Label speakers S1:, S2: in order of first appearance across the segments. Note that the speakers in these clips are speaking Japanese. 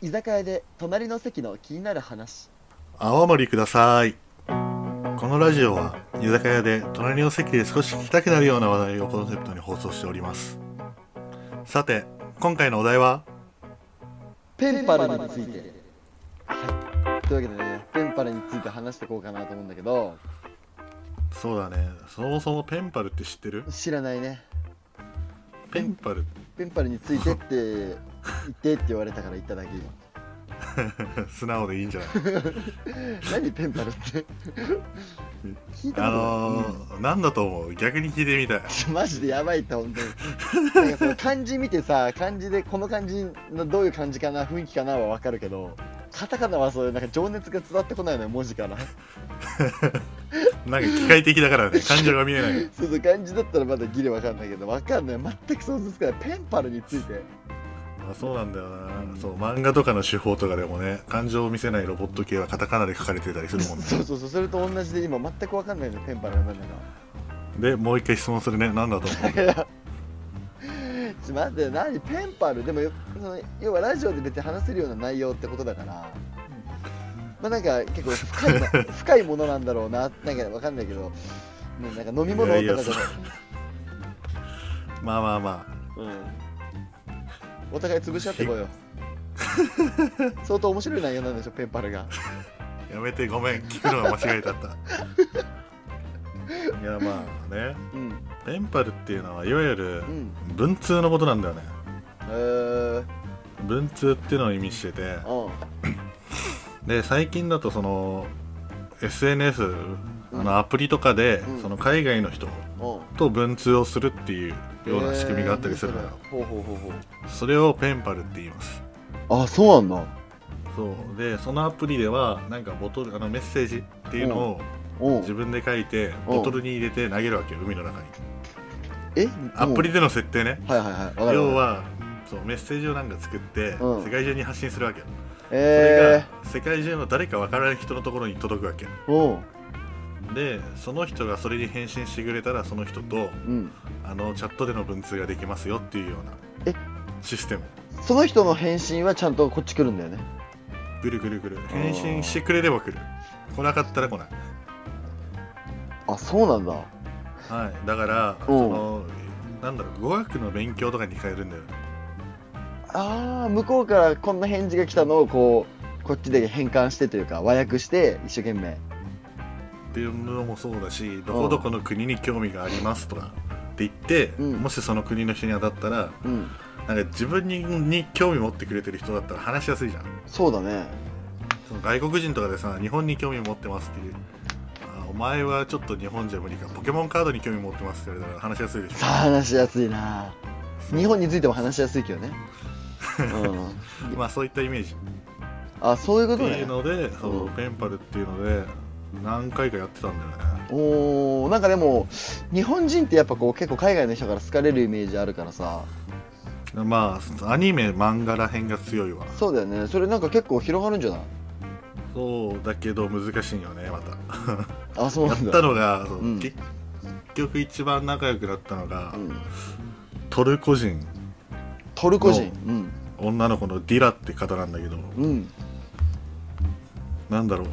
S1: 居酒屋で隣の席の気になる話
S2: 泡盛くださいこのラジオは居酒屋で隣の席で少し聞きたくなるような話題をコンセプトに放送しておりますさて今回のお題は
S1: ペンパルについてはいというわけでねペンパルについて話していこうかなと思うんだけど
S2: そうだねそもそもペンパルって知ってる
S1: 知らないね
S2: ペンパル
S1: ペンパルについてって言ってって言われたから言っただけ今
S2: 素直でいいんじゃない
S1: 何ペンパルって聞いた
S2: あ
S1: こと
S2: の
S1: ない
S2: ー、なんだと思う逆に聞いてみたい
S1: うんマジでやばいって本当になんかその漢字見てさ漢字でこの漢字のどういう漢字かな雰囲気かなは分かるけどカタカナはそういうなんか情熱が伝わってこないのよ文字から
S2: なんか機械的だからね感情が見えない
S1: そうそう漢字だったらまだギリわかんないけどわかんない全く想像つかないペンパルについて
S2: まあそうなんだよなそう漫画とかの手法とかでもね感情を見せないロボット系はカタカナで書かれてたりするもんね
S1: そうそうそうそれと同じで今全くわかんないのペンパルの何だか
S2: でもう一回質問するねなんだと思 う
S1: ちょ待って何ペンパルでもよその要はラジオで別に話せるような内容ってことだからまあなんか結構深 いな深いものなんだろうななんかわかんないけど、ね、なんか飲み物
S2: いや
S1: と
S2: い
S1: かじ
S2: や
S1: ゃない
S2: まあまあま
S1: うんお互い潰し合ってこいよ相当面白い内容なんでしょペンパルが
S2: あやめてごめん聞くのが間違えちゃった いやまあね
S1: うん
S2: ペンパルっていうのはいわゆる
S1: うん
S2: 文通のことなんだよね
S1: えー、
S2: 文通っていうのを意味してて
S1: うん
S2: で最近だとその SNS あのアプリとかで、
S1: うん
S2: その海外の人
S1: うん
S2: と文通をするっていうような仕組みがあったりするのよ、
S1: えーほうほうほうほう
S2: それをペンパルって言います
S1: あそうなんだ
S2: そうでそのアプリではなんかボトルあのメッセージっていうのを
S1: うん
S2: 自分で書いてボトルに入れて投げるわけよ海の中に
S1: え
S2: アプリ
S1: で
S2: での設定ね
S1: はいはいはいわかるわかる
S2: 要はそうメッセージをなんか作って、
S1: うん
S2: 世界中に発信するわけよそれ
S1: え
S2: が世界中の誰かわからない人のところに届くわけ
S1: ー、うん
S2: でその人がそれに返信してくれたらその人と
S1: うん
S2: あのチャットでの文通ができますよっていうような
S1: え
S2: システム
S1: その人の返信はちゃんとこっち来るんだよね
S2: ぐるぐるぐる返信してくれれば来る来なかったら来ない、
S1: あそうなんだ
S2: はい、だから
S1: ん
S2: そのなんだろう語学の勉強とかに変えるんだよね
S1: あー向こうからこんな返事が来たのをこうこっちで変換してというか和訳して一生懸命
S2: っていうのもそうだしどこどこの国に興味がありますとかって言って、
S1: うん
S2: もしその国の人に当たったら
S1: うん
S2: なんか自分にに興味持ってくれてる人だったら話しやすいじゃん
S1: そうだね
S2: その外国人とかでさ日本に興味持ってますっていうあお前はちょっと日本じゃ無理かポケモンカードに興味持ってますって言われたら話しやすいでし
S1: さあ話しやすいな日本についても話しやすいけど ねうん
S2: ょまあそういったイメージ
S1: あそういうこ
S2: って
S1: と
S2: いう
S1: ね
S2: のでそううペンパルっていうので何回かやってたんだよね
S1: おーなんかでも日本人ってやっぱこう結構海外の人から好かれるイメージあるからさ
S2: まあアニメ漫画らへんが強いわ
S1: そうだよねそれなんか結構広がるんじゃない
S2: そうだけど難しいよねまた
S1: あそう
S2: や
S1: なん
S2: っ
S1: だ
S2: たのが、そう
S1: うん
S2: 結局一番仲良くなったのが、
S1: うん、
S2: トルコ人
S1: トルコ人
S2: 女の子のディラって方なんだけど
S1: うんうん
S2: なんだろう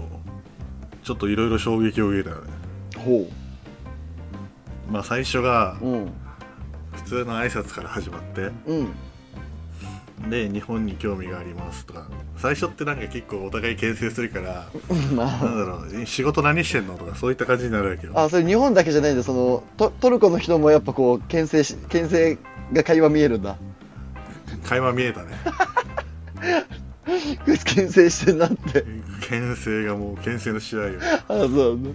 S2: ちょっといろいろ衝撃を受けたよね
S1: ほ
S2: まあ最初が
S1: ううん
S2: 普通の挨拶から始まって
S1: うん
S2: で日本に興味がありますとか最初ってなんか結構お互い牽制するからな
S1: ま
S2: んだろうえ仕事何してんのとかそういった感じになるわけよ
S1: ああそれ日本だけじゃないんだそのトトルコの人もやっぱこう牽制し牽制が会話見えるんだ
S2: 会話見えたね
S1: 牽制してんなって
S2: 牽制がもう牽制の試合よ
S1: あそうなんだ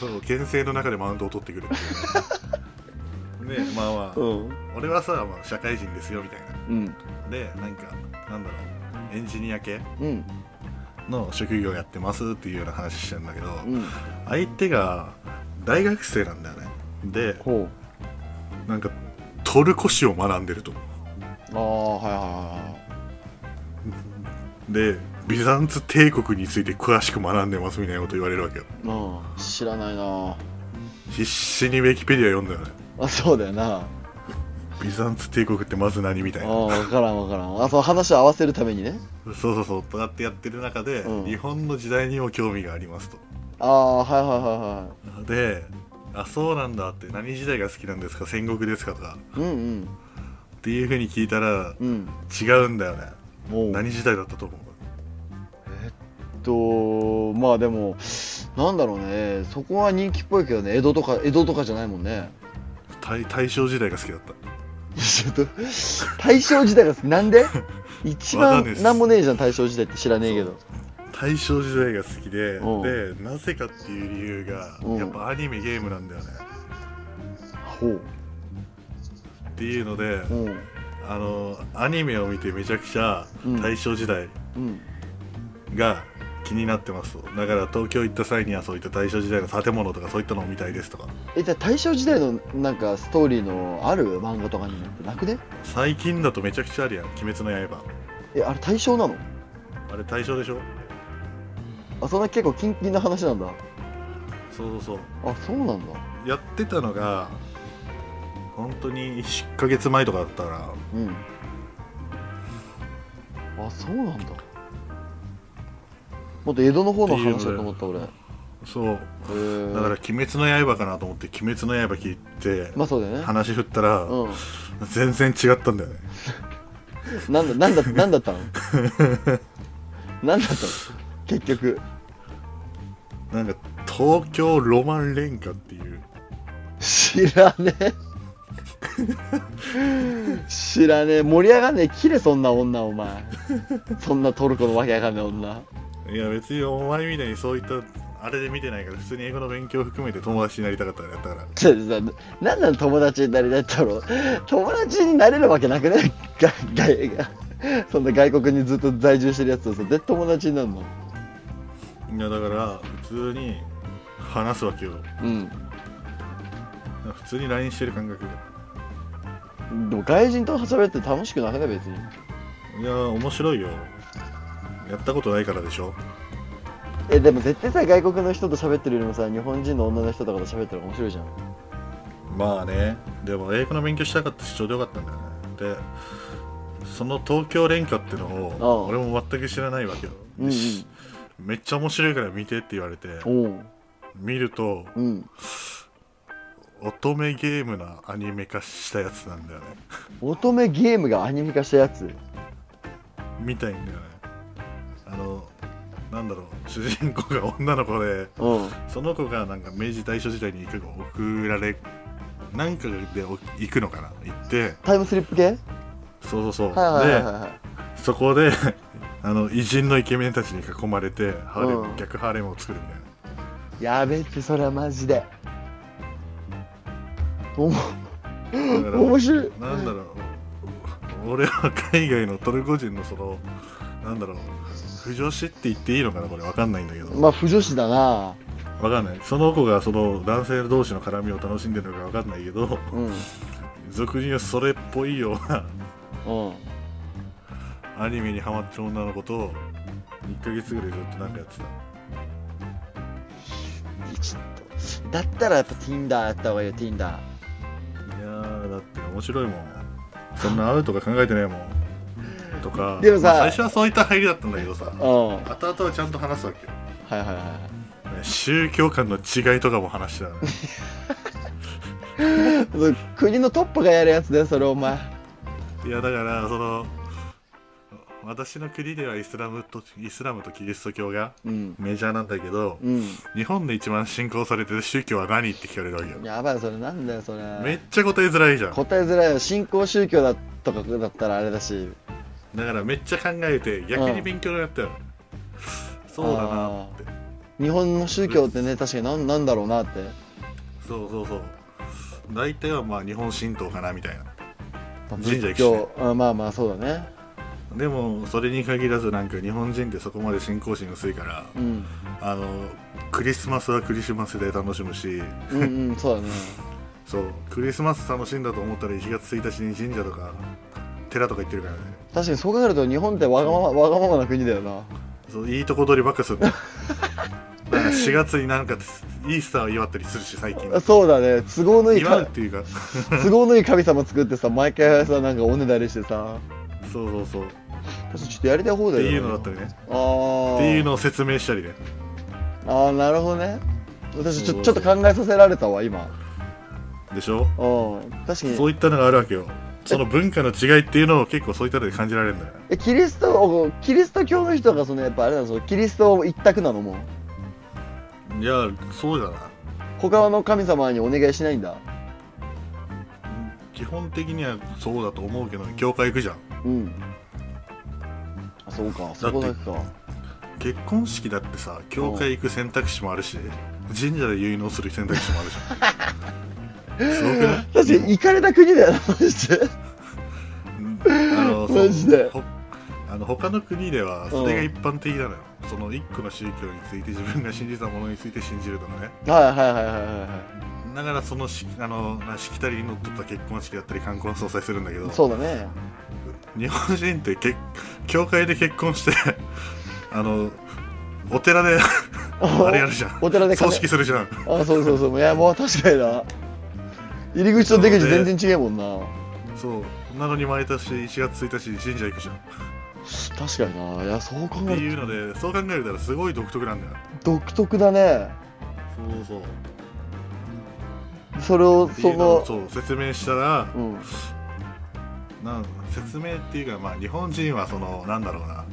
S2: そう牽制の中でマウントを取ってくるっ ていうねねまあまあ、
S1: うん
S2: 俺はさ、まあ、社会人ですよみたいな
S1: うん
S2: でなんかなんだろうエンジニア系
S1: うん
S2: の職業やってますっていうような話してんだけど、
S1: うん
S2: 相手が大学生なんだよねで
S1: ほう
S2: なんかトルコ史を学んでると
S1: ああはいはいはいはい
S2: でビザンツ帝国について詳しく学んでますみたいなこと言われるわけよ
S1: うん知らないな
S2: 必死にウィキペディア読んだよね
S1: あそうだよな
S2: ビザンツ帝国ってまず何みたい
S1: あ
S2: な
S1: あ分からん分からんあそう話を合わせるためにね
S2: そうそうそうとかってやってる中で、
S1: うん
S2: 日本の時代にも興味がありますと
S1: ああはいはいは
S2: であそうなんだって何時代が好きなんですか戦国ですかとか
S1: いはいうん
S2: っていうふうに聞いたら
S1: うんうん
S2: 違うんだよね
S1: もう
S2: 何時代だったと思う
S1: とまあでもなんだろうねそこは人気っぽいけどね江戸とか江戸とかじゃないもんね
S2: 大大正時代が好きだった
S1: ちょっと大正時代がなん で一
S2: わか
S1: 番
S2: んないです
S1: なんもねえじゃん大正時代って知らねえけど
S2: 大正時代が好きで
S1: う
S2: でなぜかっていう理由が
S1: うん
S2: やっぱアニメゲームなんだよね
S1: ほう
S2: っていうので
S1: うん
S2: あのアニメを見てめちゃくちゃ
S1: うん
S2: 大正時代
S1: うん
S2: が気になってますとだから東京行った際にはそういった大正時代の建物とかそういったのを見たいですとか
S1: えじゃあ大正時代のなんかストーリーのある漫画とかになってなくね
S2: 最近だとめちゃくちゃあるやん「鬼滅の刃
S1: えあれ大正なの」
S2: あれ大正でしょ
S1: あそんな結構キンキンな話なんだ
S2: そうそうそう
S1: あそうなんだ
S2: やってたのが本当に1ヶ月前とかだったから
S1: うんあそうなんだもっと江戸の方の話だと思った俺へ
S2: そう
S1: え
S2: だから「鬼滅の刃」かなと思って「鬼滅の刃」聞いて
S1: まあそうだよね
S2: 話振ったら
S1: う
S2: 全然違ったんだよね
S1: んなんだなんだなんだった のなんだったの結局
S2: なんか「東京ロマン連歌」っていう
S1: 知らねえ知らねえ盛り上がんねえ切れそんな女お前そんなトルコのわけわかんない女
S2: いや別にお前みたいにそういったあれで見てないから普通に英語の勉強を含めて友達になりたかったからやったから
S1: ちょっとさなんなの友達になりたいだろう 友達になれるわけなくね が外がそんな外国にずっと在住してるやつとさで友達になるの
S2: いやだから普通に話すわけよ
S1: うん
S2: 普通に LINE してる感覚で
S1: でも外人と喋って楽しくなくね別に
S2: いや面白いよやったことないからでしょ
S1: えでも絶対さ外国の人と喋ってるよりもさ日本人の女の人とかと喋ったら面白いじゃん
S2: まあねでも英語の勉強したかったしちょうどよかったんだよねでその東京連歌っての
S1: ああ
S2: を俺も全く知らないわけよ、
S1: うんうん
S2: しめっちゃ面白いから見てって言われて
S1: おう
S2: 見ると
S1: うん
S2: 乙女ゲームなアニメ化したやつなんだよね
S1: 乙女ゲームがアニメ化したやつ
S2: みたいんだよねあのなんだろう主人公が女の子で
S1: うん
S2: その子がなんか明治大正時代に行くの送られなんかでお行くのかな行って
S1: タイムスリップ系
S2: そうそうそう、
S1: はいはいはいはい
S2: で
S1: はい
S2: そこで あの偉人のイケメンたちに囲まれてハーレム、
S1: うん
S2: 逆ハーレムを作るみたいな
S1: やべってそれはマジでおも
S2: だか ら
S1: 面白い
S2: なんだろう俺は海外のトルコ人のそのなんだろう不女子って言っていいのかなこれわかんないんだけど
S1: まあ不女子だな
S2: わかんないその子がその男性同士の絡みを楽しんでるのかわかんないけど
S1: うん
S2: 俗にはそれっぽいような
S1: うん
S2: アニメにハマった女の子と1ヶ月ぐらいずっとなんかやってた
S1: ちょっとだったらやっぱ Tinder やった方がいいよ Tinder
S2: いやーだって面白いもんそんな会うとか考えてないもんとか
S1: でもさ
S2: まあ最初はそういった入りだったんだけどさ
S1: うんはい
S2: 後々はちゃんと話すわけよ
S1: はいは
S2: ね宗教観の違いとかも話してたね
S1: いはい国のトップがやるやつだよそれお前
S2: いやだからその私の国ではイスラムとイスラムとキリスト教が
S1: うん
S2: メジャーなんだけど
S1: うん
S2: 日本で一番信仰されてる宗教は何って聞かれるわけよ
S1: やばいそれなんだよそれ
S2: めっちゃ答えづらいじゃん
S1: 答えづらいよ新興宗教だとかだったらあれだし
S2: だからめっちゃ考えて逆に勉強になったよ、そうだなって
S1: 日本の宗教ってね確かになんなんだろうなって
S2: そうそうそう大体はまあ日本神道かなみたいな
S1: まあ
S2: 神社行くしね
S1: 仏教あまあまあそうだね
S2: でもそれに限らずなんか日本人ってそこまで信仰心薄いから
S1: うん
S2: あのクリスマスはクリスマスで楽しむし
S1: うんうんそうだね
S2: そうクリスマス楽しんだと思ったら1月1日に神社とか寺とか行ってるからね
S1: 確かにそう考えると日本ってわがままわがままな国だよな
S2: そういいとこ取りばっかするのなんか4月になんかイースターを祝ったりするし最近
S1: あそうだね都合のいい
S2: 祝うっ
S1: か
S2: ていうか
S1: 都合のいい神様作ってさ毎回さなんかおねだりしてさ
S2: そうそうそうっ
S1: 私ちょっとやりたい方
S2: て
S1: だよ
S2: いうのだったりね
S1: あー
S2: っていうのを説明したりね
S1: ああなるほどね私ち
S2: そ
S1: ょ
S2: う
S1: ちょっと考えさせられたわ今
S2: でしょ
S1: うん確かに
S2: そういったのがあるわけよその文化の違いっていうのを結構そういったので感じられるんだよ
S1: えキリストおキリスト教の人がそのやっぱあれなのそのキリスト一択なのもう
S2: いやそうじゃない
S1: 他の神様にお願いしないんだ
S2: 基本的にはそうだと思うけど教会行くじゃん
S1: うんあそうかそこだけか
S2: 結婚式だってさ教会行く選択肢もあるし神社で結納する選択肢もあるじ ゃんすごくない
S1: 確かに行かれた国だよなマジで
S2: うんあのそう
S1: マジで
S2: ほあの他の国ではそれが一般的なのよ、その一個の宗教について自分が信じたものについて信じるとかね
S1: はいはいはいはいはいは
S2: だからそのしあのなしきたりにのっとった結婚式だったり冠婚葬祭するんだけど
S1: いそうだね
S2: 日本人って結教会で結婚して あのお寺であれやるじゃん
S1: お寺で
S2: 葬
S1: 金
S2: 式するじゃん
S1: あそうそうそういやもう確かにな入り口と出口全然違うもんな
S2: そうなのに毎年1月1日神社行くじゃんっ
S1: 確かにないやそう考
S2: て
S1: える
S2: いうのでそう考えるたらすごい独特なんだよ
S1: と独特だね
S2: そうそう
S1: それを
S2: ってい
S1: そう
S2: の
S1: の
S2: をそう説明したら
S1: うん
S2: なん説明っていうか、まあ、日本人はそのなんだろうな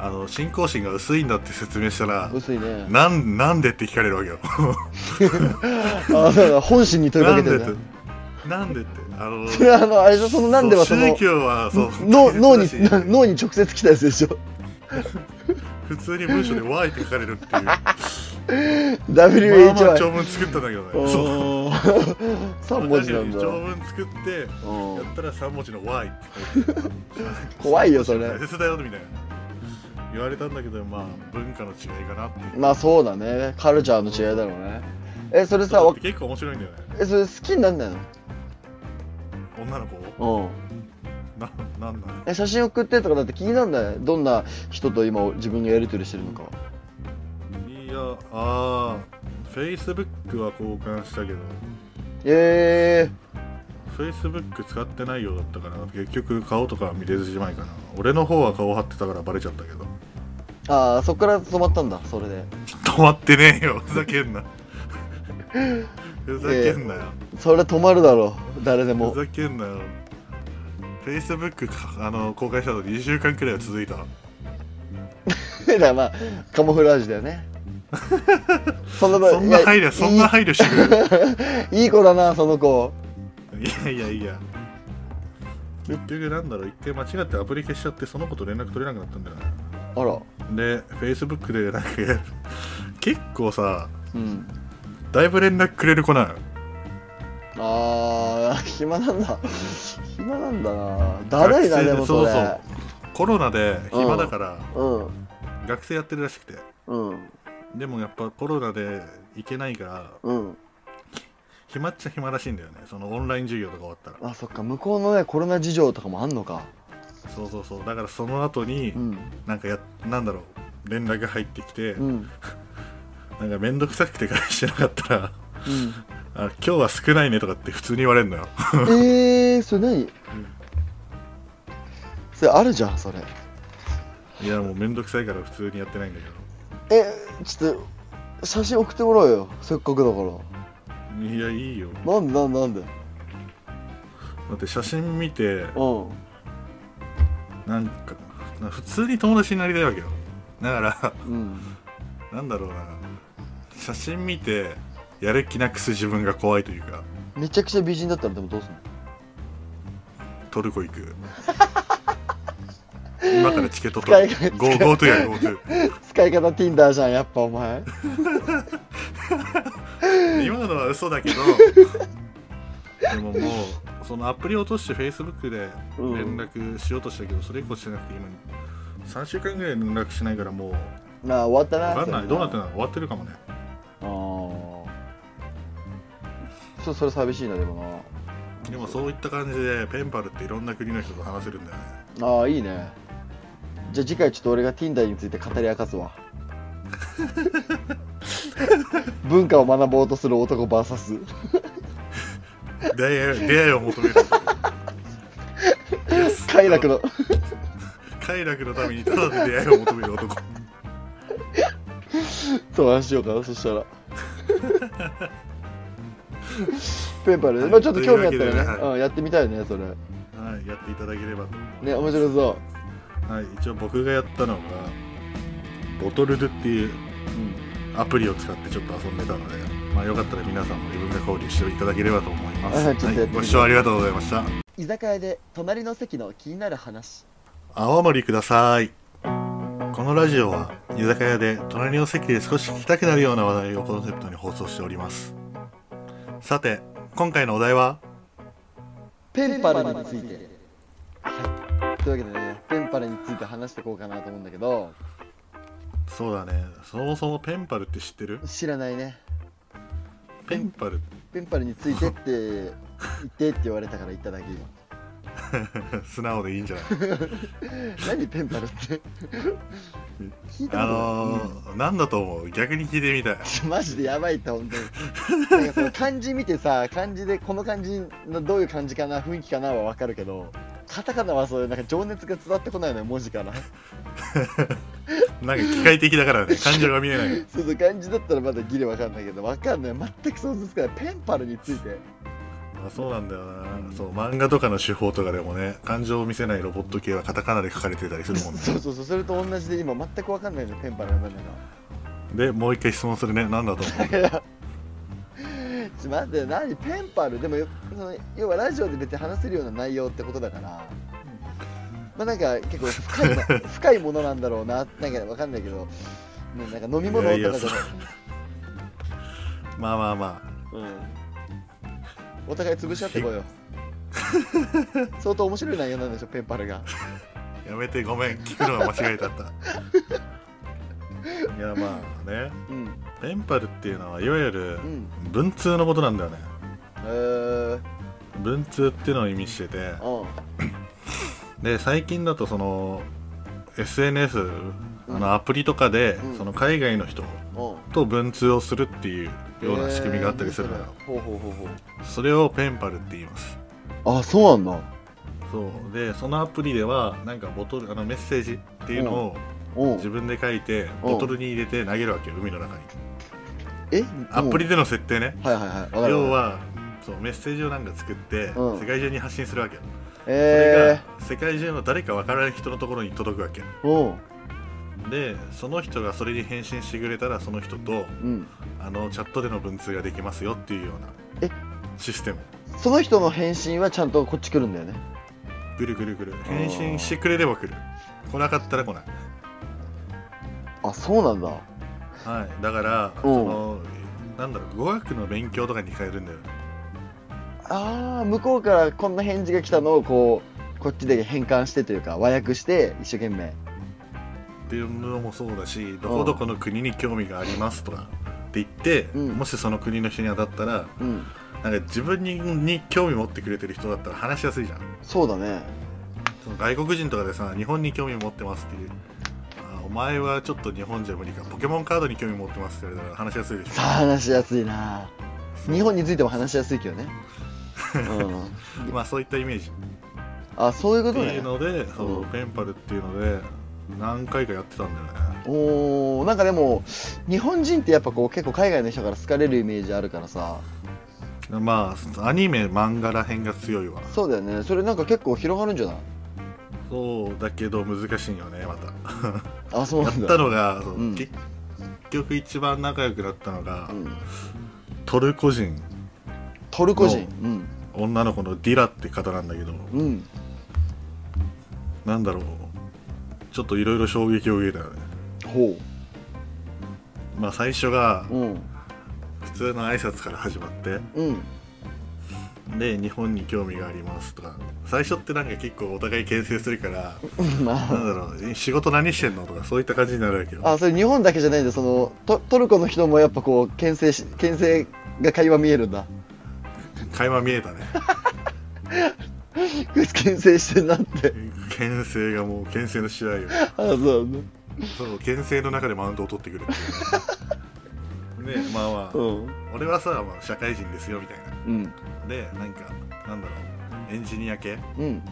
S2: あの信仰心が薄いんだって説明したら
S1: 薄いね
S2: なんなんでって聞かれるわけよ
S1: あそうだ本心に問いか
S2: な
S1: け
S2: ん
S1: て
S2: で
S1: る
S2: って
S1: ね
S2: なんでってあの
S1: それはあのあれでしょその なんではそ
S2: そう
S1: の
S2: 宗教はそう
S1: 脳脳に
S2: 特別だし
S1: 脳に直接来たやつでしょ
S2: 普通に文章で「Y」って書かれるっていうまあまあ
S1: WHY
S2: 長文作ったんだけどねそう
S1: おー 三文字なんだ
S2: 長文作って
S1: うん
S2: やったら3文字の Y って書いて
S1: 怖いよそれ
S2: 大切だよみたいな言われたんだけどまあ文化の違いかなっていう
S1: まあそうだねカルチャーの違いだろうねえそれさ
S2: そうだっ
S1: わ
S2: て結構面白いんだよね
S1: えそれ好きになんない
S2: 女の子
S1: のうん
S2: ななんなの
S1: え写真送ってとかだって気になんないどんな人と今自分がやり取りしてるのか
S2: いやあフェイスブックは交換したけど
S1: え
S2: フェイスブック使ってないようだったから結局顔とかは見れずじまいかな俺の方は顔張ってたからバレちゃったけど
S1: ー、ああそっから止まったんだそれで
S2: 止まってねえよ ふざ けんなふざけんなよ、
S1: それ止まるだろう 誰でも
S2: ふざけんなよ Facebook かあの公開したの2週間くらいは続いた
S1: だ からまあカモフラージュだよね そんな
S2: そんない
S1: や
S2: 配慮そんない配慮してくれる
S1: いいい子だなその子
S2: いやいやいや結局なんだろう一回間違ってアプリ消しちゃってその子と連絡取れなくなったんだよな
S1: あら
S2: で Facebook でなんかや る結構さ
S1: うん
S2: だいぶ連絡くれる子なの
S1: あー 暇なんだ暇なんだなだるいな
S2: 学生
S1: でもそれ
S2: そうそうコロナで暇だから
S1: う
S2: 学生やってるらしくて
S1: んうん
S2: でもやっぱコロナで行けないから
S1: うん
S2: 暇っちゃ暇らしいんだよねそのオンライン授業とか終わったら
S1: あそっか向こうのねコロナ事情とかもあんのか
S2: そうそうそうだからその後に
S1: うん
S2: なんかやなんだろう連絡入ってきて、
S1: うん
S2: なんか面倒くさくて返してなかったら
S1: うん
S2: 「あ今日は少ないね」とかって普通に言われるのよ
S1: えー、それ何それあるじゃんそれ
S2: いやもう面倒くさいから普通にやってないんだけど
S1: えちょっと写真送ってもらおうよせっかくだから
S2: いやいいよ
S1: なんでなんでなんで
S2: だって写真見て
S1: うん
S2: なんかな普通に友達になりたいわけよだから
S1: うん
S2: なんだろうな写真見てやる気なくす自分が怖いというか
S1: めちゃくちゃ美人だったらでもどうすんの
S2: トルコ行く今からチケット
S1: 使い
S2: 取る
S1: 方
S2: GoTo や GoTo
S1: 使い方 Tinder じゃんやっぱお前
S2: 今のは嘘だけどでももうそのアプリ落として Facebook で連絡しようとしたけど、それ以降してなくて今3週間ぐらい連絡しないからもう
S1: なあ終わったな
S2: 分かんない
S1: そ
S2: ど
S1: れ
S2: うなってんの終わってるかもね
S1: ああそそれ寂しいなでも
S2: でもそういった感じでペンパルっていろんな国の人と話せるんだよね
S1: なああいいね じゃあ次回ちょっと俺が Tinder について語り明かすわ文化を学ぼうとする男 VS
S2: 出会い出会いを求める
S1: 快楽 の
S2: 快楽のためにただで出会いを求める男
S1: そう話しようかなそしたらペンパルね、まあ、ちょっと興味あったらね、
S2: というわけでねはい
S1: うん、やってみたいねそれ
S2: はいやっていただければと
S1: ね面白そ
S2: はい一応僕がやったのがボトルドゥっていう
S1: う、うん、
S2: アプリを使ってちょっと遊んでたのでまあよかったら皆さんも自分が交流していただければと思います、
S1: はいちょっとやってみて
S2: ご視聴ありがとうございました
S1: 居酒屋で隣の席の気になる話
S2: 青森くださいこのラジオは居酒屋で隣の席で少し聞きたくなるような話題をコンセプトに放送しておりますさて今回のお題は
S1: ペンパルについてはいというわけでねペンパルについて話していこうかなと思うんだけど
S2: そうだねそもそもペンパルって知ってる
S1: 知らないね
S2: ペンパル
S1: ペンパルについてって言ってって言われたから言っただけ今
S2: 素直でいいんじゃない
S1: 何ペンパルって聞いたことない、
S2: あのー、なんだと思う逆に聞いてみたい
S1: マジでやばいって本当になんかその漢字見てさ漢字でこの漢字のどういう漢字かな雰囲気かなは分かるけどカタカナはそういうなんか情熱が伝わってこないのよ文字から
S2: なんか機械的だからね感情が見えない
S1: そうそう漢字だったらまだギリ分かんないけど分かんない全く想像つかないペンパルについて
S2: あそうなんだよなそう漫画とかの手法とかでもね感情を見せないロボット系はカタカナで書かれてたりするもんね
S1: そうそうそうそれと同じで今全く分かんないのよペンパルの何だか
S2: でもう一回質問するねなんだと思う
S1: いやちょ待って何ペンパルでもよその要はラジオで別に話せるような内容ってことだからまあなんか結構深 いな深いものなんだろうななんかわかんないけど、ね、なんか飲み物
S2: いや
S1: と
S2: いや
S1: かじゃない
S2: まあまあま
S1: うんお互い潰し合ってこいよ相当面白い内容なんでしょペンパルが
S2: あやめてごめん聞くのは間違えたったいやまあね
S1: うん
S2: ペンパルっていうのはいわゆる
S1: うん
S2: 文通のことなんだよね
S1: えー、
S2: 文通っていうのを意味してて
S1: うん
S2: で最近だとその SNS あ
S1: うん
S2: のアプリとかで、
S1: うん
S2: その海外の人
S1: うん
S2: と文通をするっていうような仕組みがあったりするのよ、
S1: えーほうほうほうほう
S2: それをペンパルって言います
S1: あそうなんだ
S2: そうでそのアプリではなんかボトルあのメッセージっていうのを
S1: うん
S2: 自分で書いてボトルに入れて投げるわけよ海の中に
S1: え
S2: アプリでの設定ね
S1: はいはいはいわかるわかる
S2: 要はそうメッセージをなんか作って
S1: うん
S2: 世界中に発信するわけよそれ
S1: え
S2: が世界中の誰かわからない人のところに届くわけ
S1: ー、うん
S2: でその人がそれに返信してくれたらその人と
S1: うん
S2: あのチャットでの文通ができますよっていうような
S1: え
S2: システム
S1: その人の返信はちゃんとこっち来るんだよね
S2: ぐるぐるぐる返信してくれれば来る来なかったら来ない
S1: あそうなんだ
S2: はい、だから、
S1: うん
S2: そのなんだろう語学の勉強とかに変えるんだよね
S1: あー向こうからこんな返事が来たのをこうこっちで変換してというか和訳して一生懸命
S2: っていうのもそうだしどこどこの国に興味がありますとかって言って、
S1: うん
S2: もしその国の人に当たったら
S1: うん
S2: なんか自分にに興味持ってくれてる人だったら話しやすいじゃん
S1: そうだね
S2: その外国人とかでさ日本に興味持ってますっていうあお前はちょっと日本じゃ無理かポケモンカードに興味持ってますって言われたら話しやすいでし
S1: さあ話しやすいな日本についても話しやすいけどねうん
S2: ょまあそういったイメージ
S1: あそういうこ
S2: って
S1: と
S2: い
S1: ね
S2: うので、そううんペンパルっていうので何回かやってたんだよね
S1: おーなんかでも日本人ってやっぱこう結構海外の人から好かれるイメージあるからさ
S2: まあアニメ漫画らへんが強いわ
S1: そうだよねそれなんか結構広がるんじゃない
S2: そうだけど難しいよねまた
S1: あそう
S2: や
S1: な
S2: っ
S1: んだ
S2: たのが、そう
S1: うん
S2: 結局一番仲良くなったのが、
S1: うん
S2: トルコ人
S1: トルコ人
S2: 女の子のディラって方なんだけど
S1: うんうん
S2: なんだろうちょっといろいろ衝撃を受けたよね
S1: ほ
S2: まあ最初が
S1: ううん
S2: 普通の挨拶から始まって
S1: うん
S2: で日本に興味がありますとか最初ってなんか結構お互い牽制するから
S1: ま
S2: なんだろう仕事何してんのとかそういった感じになるわけよ
S1: ああそれ日本だけじゃないんだそのトトルコの人もやっぱこう牽制し牽制が会話見えるんだ
S2: 会話見えたね
S1: 牽制してんなって
S2: 牽制がもう牽制の試合よ
S1: あそうなんだ
S2: そう牽制の中でマウントを取ってくるっていうねねまあまあ、
S1: うん
S2: 俺はさ、まあ、社会人ですよみたいな
S1: うん
S2: でなんかなんだろうエンジニア系
S1: うん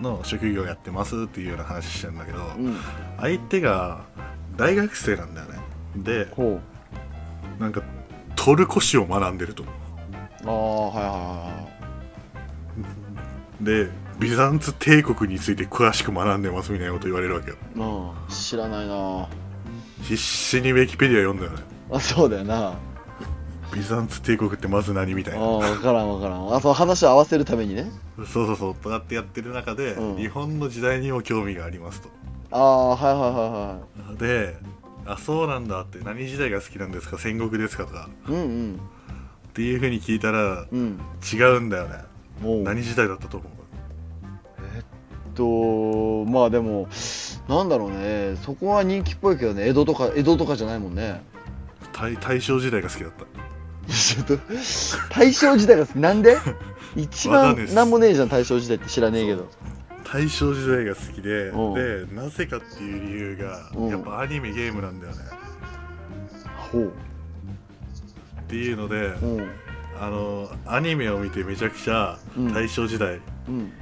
S2: の職業やってますっていうような話してるんだけど、
S1: うん
S2: 相手が大学生なんだよねで
S1: ほう
S2: なんかトルコ史を学んでると
S1: ああはいはい
S2: でビザンツ帝国について詳しく学んでますみたいなこと言われるわけよ
S1: はいはいうん知らないな
S2: 必死にウィキペディア読んだよね
S1: あそうだよな
S2: ビザンツ帝国ってまず何みたい
S1: あ
S2: な
S1: あ分からん分からんあそう話を合わせるためにね
S2: そうそうそうとかってやってる中で、
S1: うん
S2: 日本の時代にも興味がありますと
S1: ああはいはいは
S2: であそうなんだって何時代が好きなんですか戦国ですかとか
S1: いはいうん
S2: っていうふうに聞いたら
S1: うんうん
S2: 違うんだよね
S1: もう
S2: 何時代だったと思う
S1: とまあでもなんだろうねそこは人気っぽいけどね江戸とか江戸とかじゃないもんね
S2: 大大正時代が好きだった
S1: ちょっと大正時代がなん で一
S2: わかんない
S1: 番
S2: です
S1: なんもねえじゃん大正時代って知らねえけど
S2: 大正時代が好きで
S1: う
S2: でなぜかっていう理由が
S1: うん
S2: やっぱアニメゲームなんだよね
S1: ほう
S2: っていうので
S1: うん
S2: あのアニメを見てめちゃくちゃ
S1: うん
S2: 大正時代
S1: うん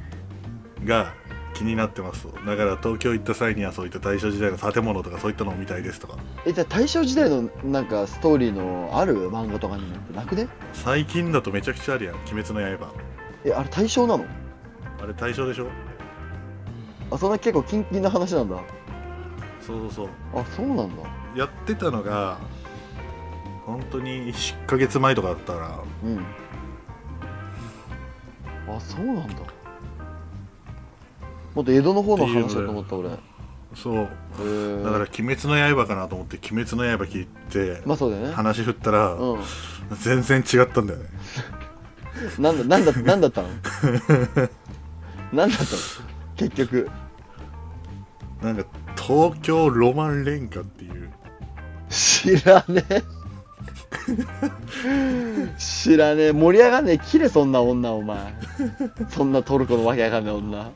S2: が気になってますとだから東京行った際にはそういった大正時代の建物とかそういったのを見たいですとか
S1: えじゃあ大正時代のなんかストーリーのある漫画とかになんてなくね
S2: 最近だとめちゃくちゃあるやん「鬼滅の刃
S1: えあれ大正なの」
S2: あれ大正でしょ
S1: あそんな結構キンキンな話なんだ
S2: そうそうそう
S1: あそうなんだ
S2: やってたのが本当に1ヶ月前とかだったら
S1: うんあそうなんだもっと江戸の方の話だと思った俺
S2: そう
S1: へえ
S2: だから「鬼滅の刃」かなと思って「鬼滅の刃」聞いて
S1: まあそうだよね
S2: 話振ったら
S1: う
S2: 全然違ったんだよね
S1: んなんだなんだなんだったのなんだったの結局
S2: なんか「東京ロマン連歌」っていう
S1: 知らねえ知らねえ盛り上がんねえ切れそんな女お前そんなトルコのわけわかんない女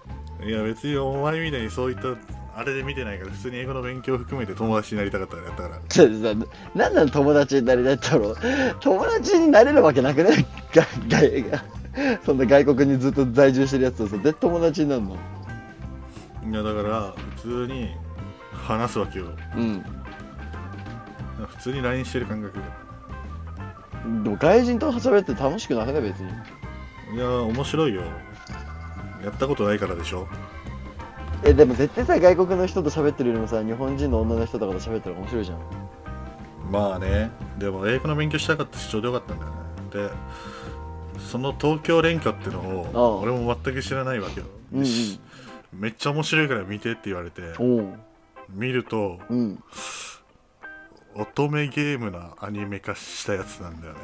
S2: いや別にお前みたいにそういったあれで見てないから普通に英語の勉強を含めて友達になりたかったからだから
S1: ちょっとさなんなの友達になりたいだろう友達になれるわけなくねが外がそんな外国にずっと在住してるやつとさで友達になるの
S2: いやだから普通に話すわけよ
S1: うん
S2: 普通に LINE してる感覚で
S1: でも外人と遊べって楽しくなくね別に
S2: いや面白いよやったことないからでしょ
S1: えでも絶対さ外国の人と喋ってるよりもさ日本人の女の人とかと喋ったら面白いじゃん
S2: まあねでも英語の勉強したかったしちょうどよかったんだよねでその東京連歌っての
S1: あ
S2: を
S1: あ
S2: 俺も全く知らないわけよ、
S1: うんうん
S2: しめっちゃ面白いから見てって言われて
S1: おう
S2: 見ると
S1: うん
S2: 乙女ゲームなアニメ化したやつなんだよね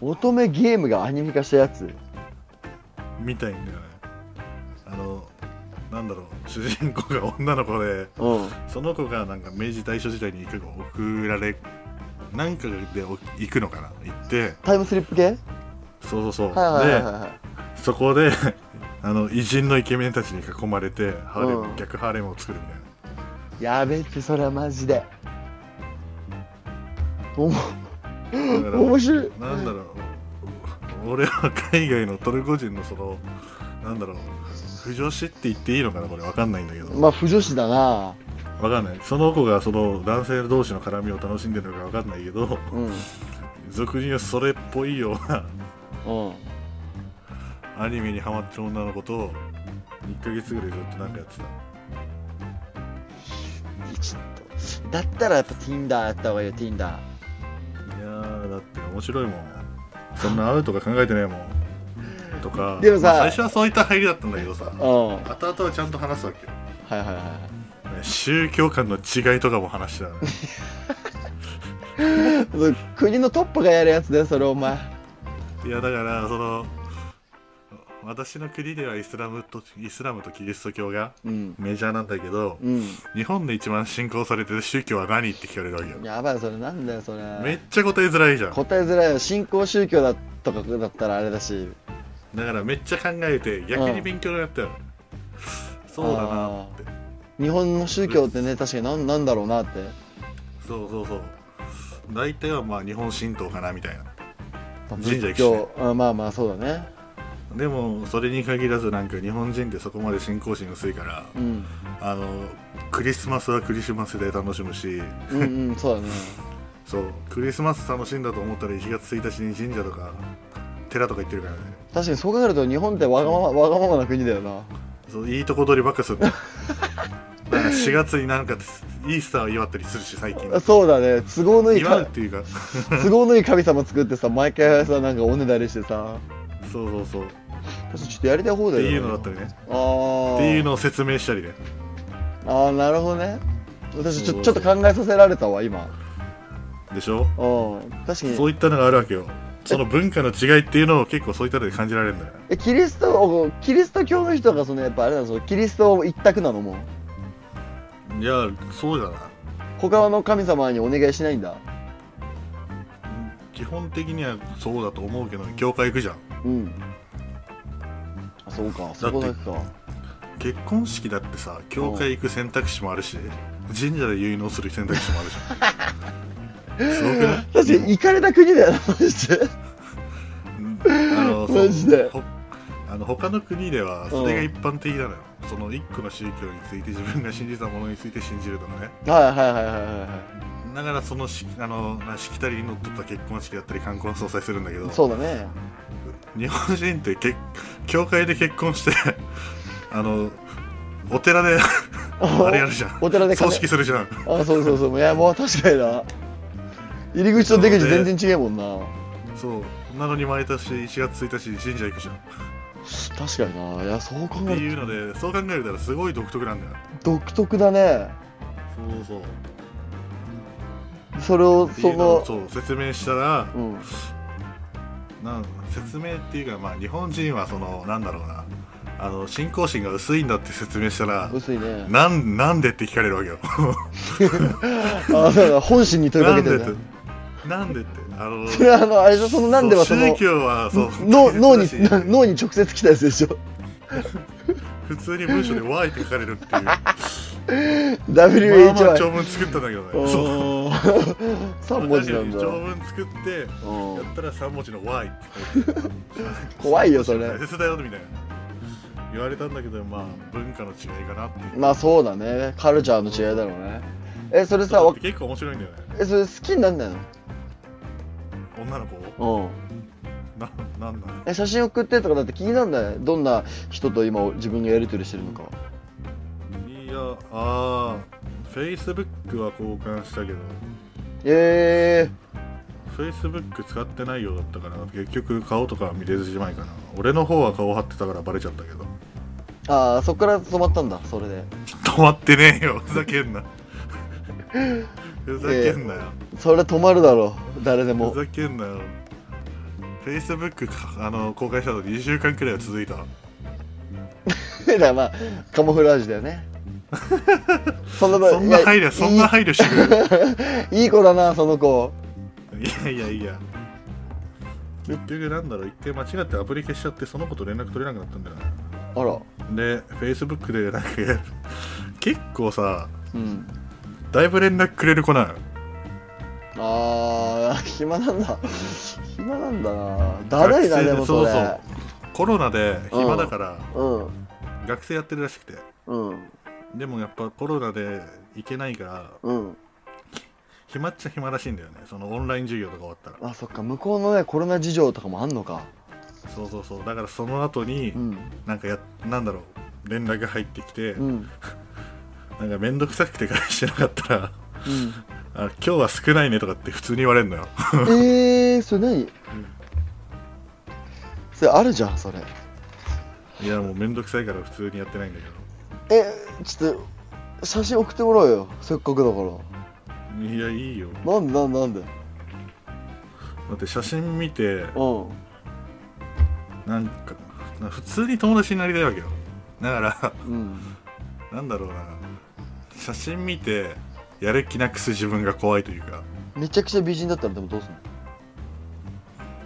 S1: 乙女ゲームがアニメ化したやつ
S2: 見たいんだよねあのなんだろう主人公が女の子で
S1: うん
S2: その子がなんか明治大正時代に行く送られなんかでお行くのかな行って
S1: タイムスリップ系
S2: そうそうそう、
S1: はいはいはいはいはい
S2: でそこで あの偉人のイケメンたちに囲まれてハーレム、
S1: うん
S2: 逆ハーレムを作るみたいな
S1: やべってそれはマジでおも
S2: だから
S1: 面白い
S2: なんだろう俺は海外のトルコ人のそのなんだろう不女子って言っていいのかなこれわかんないんだけど
S1: まあ不女子だな
S2: わかんないその子がその男性同士の絡みを楽しんでるのかわかんないけど
S1: うんうん
S2: 俗に言うそれっぽいようなアニメにハマってる女の子と1ヶ月ぐらいずっとなんかやってた
S1: ちょっとだったらやっぱ Tinder やった方がいいよ Tinder
S2: いやーだって面白いもんそんな会うとか考えてないもんとか
S1: でもさ
S2: まあ最初はそういった入りだったんだけどさ
S1: うんはい
S2: 後々はちゃんと話すわけよ
S1: はいは
S2: ね宗教観の違いとかも話してたね
S1: い はい国のトップがやるやつだよそれお前
S2: いやだからその私の国ではイスラムとイスラムとキリスト教が
S1: うん
S2: メジャーなんだけど
S1: うん
S2: 日本で一番信仰されてる宗教は何って聞かれるわけよ
S1: やばいそれなんだよそれ
S2: めっちゃ答えづらいじゃん
S1: 答えづらいよ新興宗教だとかだったらあれだし
S2: だからめっちゃ考えて逆に勉強になったよ、そうだなって
S1: 日本の宗教ってね確かになんなんだろうなって
S2: そうそうそう大体はまあ日本神道かなみたいな神社
S1: 仏
S2: 行くしね
S1: 教あまあまあそうだね
S2: でもそれに限らずなんか日本人ってそこまで信仰心薄いから
S1: うん
S2: あのクリスマスはクリスマスで楽しむし
S1: うんう んそうだね
S2: そうクリスマス楽しんだと思ったら1月1日に神社とか寺とか行ってるからね
S1: 確かにそう考えると日本ってわがままわがままな国だよな
S2: そういいとこ取りばっか するのなんか4月になんかイースターを祝ったりするし最近
S1: あそうだね都合のいい
S2: 祝
S1: か
S2: うっていうか
S1: 都合のいい神様作ってさ毎回さなんかおねだりしてさ
S2: そうそうそうっ
S1: 確かにちょっとやりたい方
S2: て
S1: だよ
S2: いうのだったりね
S1: あー
S2: っていうのを説明したりね
S1: ああなるほどね私ち
S2: そ
S1: ょ
S2: う
S1: ちょっと考えさせられたわ今
S2: でしょ
S1: うん確かに
S2: そういったのがあるわけよその文化の違いっていうのを結構そういったので感じられるんだよ
S1: えキリストキリスト教の人がそのやっぱあれなのそのキリスト一択なのもう
S2: いやそうじゃない
S1: 他の神様にお願いしないんだ
S2: 基本的にはそうだと思うけど教会行くじゃん
S1: うんあそうかそこだけか
S2: 結婚式だってさ教会行く選択肢もあるし神社で結納する選択肢もあるじ ゃんすごくない
S1: 確かに行かれた国だよなマジで
S2: うんあのそう
S1: マジで
S2: ほあの他の国ではそれが一般的なのよ、その一個の宗教について自分が信じたものについて信じるとかね
S1: はいはいはいはいはいは
S2: だからそのしあのなしきたりにのっとった結婚式だったり冠婚葬祭するんだけど
S1: いそうだね
S2: 日本人って結教会で結婚して あのお寺で あれやるじゃん
S1: お寺で
S2: 葬
S1: 金
S2: 式するじゃん
S1: あそうそうそういやもう確かにな入り口と出口全然違うもんな
S2: そうなのに毎年1月1日に神社行くじゃんっ
S1: 確かにないやそう考
S2: て
S1: える
S2: いうのでそう考えるたらすごい独特なんだよ
S1: と独特だね
S2: そうそう
S1: それを
S2: ってい
S1: そう
S2: の
S1: の
S2: をそう説明したら
S1: うん
S2: なん説明っていうか、まあ、日本人はそのなんだろうなあの信仰心が薄いんだって説明したら
S1: 薄いね
S2: なんなんでって聞かれるわけよ
S1: あそうだ本心に問いかけ
S2: なん
S1: て
S2: で
S1: る
S2: っ
S1: ね
S2: てなんでってあの
S1: それはあのあれでしょそのなんではそ
S2: そう
S1: の
S2: 宗教は そう
S1: 脳脳に
S2: 難しい
S1: な脳に直接来たやつでしょ
S2: 普通に文章で「Y」って書かれるっ ていうまあまあ
S1: WHY
S2: 長文作ったんだけどねそう
S1: おー三文字なんだ
S2: 長文作っ
S1: う
S2: てや
S1: ん
S2: ったら3文字の「Y」って書いて
S1: 怖いよそれ
S2: 大切だよみたいな言われたんだけどまあ文化の違いかなっていう
S1: まあそうだねカルチャーの違いだろうねえそれさ
S2: だっ
S1: わ
S2: て結構面白いんだよね
S1: えそれ好きになんない
S2: 女の子
S1: のうん
S2: ななんなの
S1: え写真送ってとかだって気になんないどんな人と今自分がやり取りしてるのか
S2: いやあー Facebook は交換したけど
S1: え
S2: Facebook 使ってないようだったから結局顔とかは見れずじまいかな俺の方は顔張ってたからバレちゃったけど
S1: ー、ああそっから止まったんだそれで
S2: 止まってねえよ ふざ けんなふざけんなよ、
S1: それ止まるだろう誰でも
S2: ふざけんなよ Facebook かあの公開したの2週間くらいは続いた
S1: だからまあカモフラージュだよねそんな
S2: そんな配
S1: いや
S2: 慮そんない配慮してく
S1: いいい子だなその子
S2: るいやいやいや結局なんだろう一回間違ってアプリ消しちゃってその子と連絡取れなくなったんだよね
S1: あら
S2: で Facebook でなんかや る結構さ
S1: うん
S2: だいぶ連絡くれる子なのよ
S1: あー 暇なんだ暇なんだなだるいな
S2: 学生
S1: でもそれ
S2: そうコロナで暇だから
S1: う
S2: 学生やってるらしくて
S1: んうん
S2: でもやっぱコロナで行けないから
S1: うん
S2: 暇っちゃ暇らしいんだよねそのオンライン授業とか終わったら
S1: あそっか向こうのねコロナ事情とかもあんのか
S2: そうそうそうだからその後に
S1: うん
S2: なんかやなんだろう連絡が入ってきて、
S1: うん
S2: なんか面倒くさくて返してなかったら
S1: うん
S2: 「あ今日は少ないね」とかって普通に言われるのよ
S1: えー、それ何、それあるじゃんそれ
S2: いやもう面倒くさいから普通にやってないんだけど
S1: えちょっと写真送ってもらおうよせっかくだから
S2: いやいいよ
S1: なんでなんでなんで
S2: だって写真見て
S1: うん
S2: なんかな普通に友達になりたいわけよだから
S1: うん
S2: なんだろうな写真見てやる気なくす自分が怖いというか
S1: めちゃくちゃ美人だったらでもどうすんの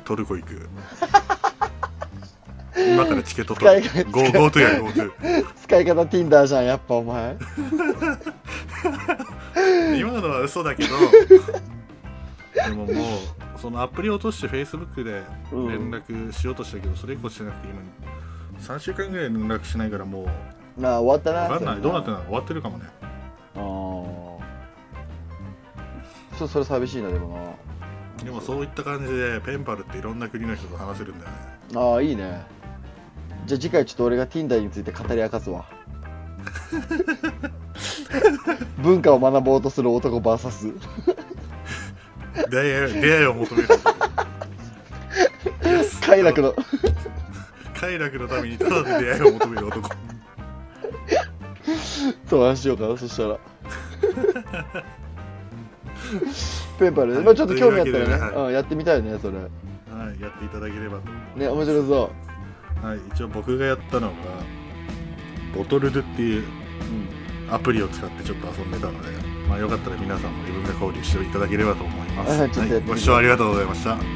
S2: トルコ行く今からチケット取
S1: 使い
S2: る
S1: 勝手
S2: GoGoTo や GoTo
S1: 使い方 Tinder じゃんやっぱお前
S2: 今のは嘘だけどでももうそのアプリ落として Facebook で
S3: うん
S2: 連絡しようとしたけど、それ以降してなくて今3週間ぐらい連絡しないからもう
S1: なあ終わったな
S2: 分かんない
S1: そ
S2: ど
S1: れ
S2: うなってんの終わってるかもね
S1: ああちょっとそれ寂しいなでも
S2: でもそういった感じでペンパルっていろんな国の人と話せるんだよね
S1: なああいいねじゃあ次回ちょっと俺が Tinder について語り明かすわ文化を学ぼうとする男 VS
S2: 出会い出会いを求める
S1: 快楽の
S2: 快楽のためにただで出会いを求める男
S1: そう話しようかなそしたらペンパルね、まあ、ちょっと興味あったら
S2: という
S1: ね
S2: わけでねはい
S1: うん、やってみたいねそれ
S2: はいやっていただければと思います
S1: ね面白そ
S2: はい、一応僕がやったのがボトルドゥっていう
S1: う、うん、
S2: アプリを使ってちょっと遊んでたので、まあ、よかったら皆さんも自分が交流していただければと思います、
S1: ちょっとやってみて
S2: はい、ご視聴ありがとうございました